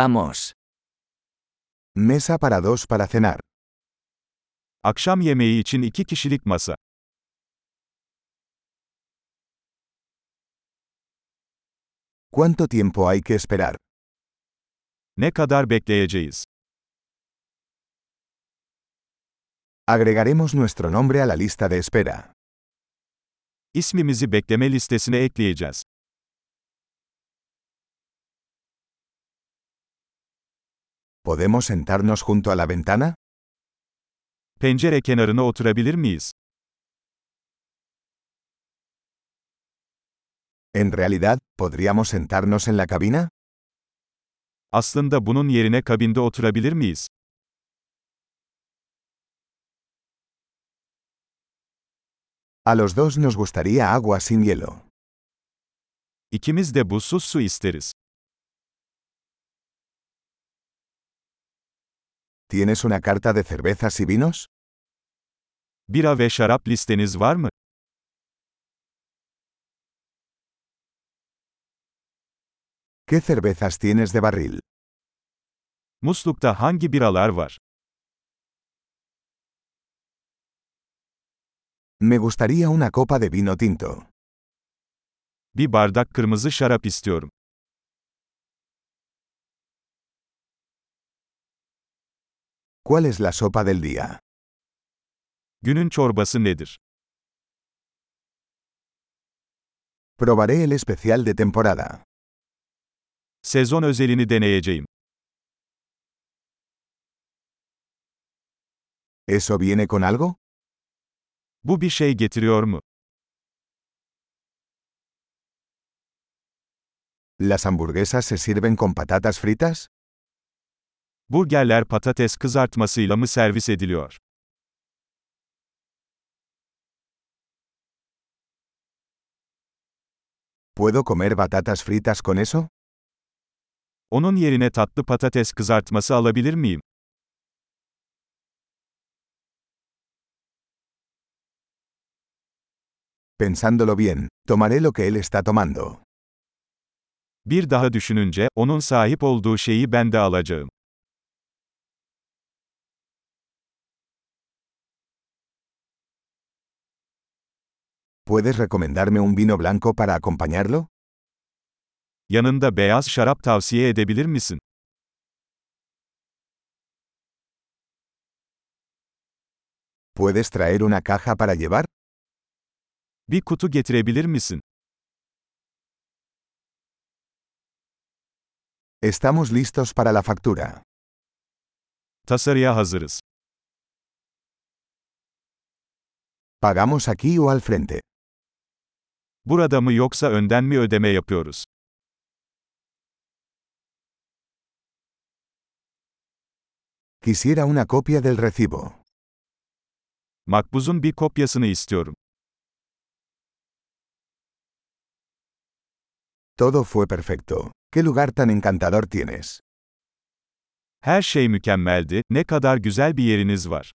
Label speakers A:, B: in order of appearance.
A: Vamos.
B: Mesa para dos para cenar.
C: Akşam yemeği için iki kişilik masa.
B: ¿Cuánto tiempo hay que esperar?
C: Ne kadar bekleyeceğiz?
B: Agregaremos nuestro nombre a la lista de espera.
C: İsmimizi bekleme listesine ekleyeceğiz.
B: ¿Podemos sentarnos junto a la ventana?
C: Pencere kenarına oturabilir miyiz?
B: En realidad, ¿podríamos sentarnos en la cabina?
C: Aslında bunun yerine kabinde oturabilir miyiz?
B: A los dos nos gustaría agua sin hielo.
C: İkimiz de buzsuz su isteriz.
B: ¿Tienes una carta de cervezas y vinos?
C: Bira ve şarap listeniz var mı?
B: ¿Qué cervezas tienes de barril?
C: Muslukta hangi biralar var?
B: Me gustaría una copa de vino tinto.
C: Bir bardak kırmızı şarap istiyorum.
B: ¿Cuál es la sopa del día?
C: Günün çorbası nedir?
B: Probaré el especial de temporada.
C: Sezon özelini deneyeceğim.
B: ¿Eso viene con algo?
C: Bu bir şey getiriyor mu?
B: ¿Las hamburguesas se sirven con patatas fritas?
C: Burgerler patates kızartmasıyla mı servis ediliyor?
B: ¿Puedo comer batatas fritas con eso?
C: Onun yerine tatlı patates kızartması alabilir miyim?
B: Pensándolo bien, tomaré lo que él está tomando.
C: Bir daha düşününce, onun sahip olduğu şeyi ben de alacağım.
B: ¿Puedes recomendarme un vino blanco para acompañarlo?
C: Yanında beyaz şarap tavsiye edebilir misin?
B: ¿Puedes traer una caja para llevar?
C: Bir kutu getirebilir misin?
B: Estamos listos para la factura.
C: Tasarıya hazırız.
B: ¿Pagamos aquí o al frente?
C: Burada mı yoksa önden mi ödeme yapıyoruz?
B: Quisiera una copia del recibo.
C: Makbuzun bir kopyasını istiyorum.
B: Todo fue perfecto. ¿Qué lugar tan encantador tienes?
C: Her şey mükemmeldi, ne kadar güzel bir yeriniz var.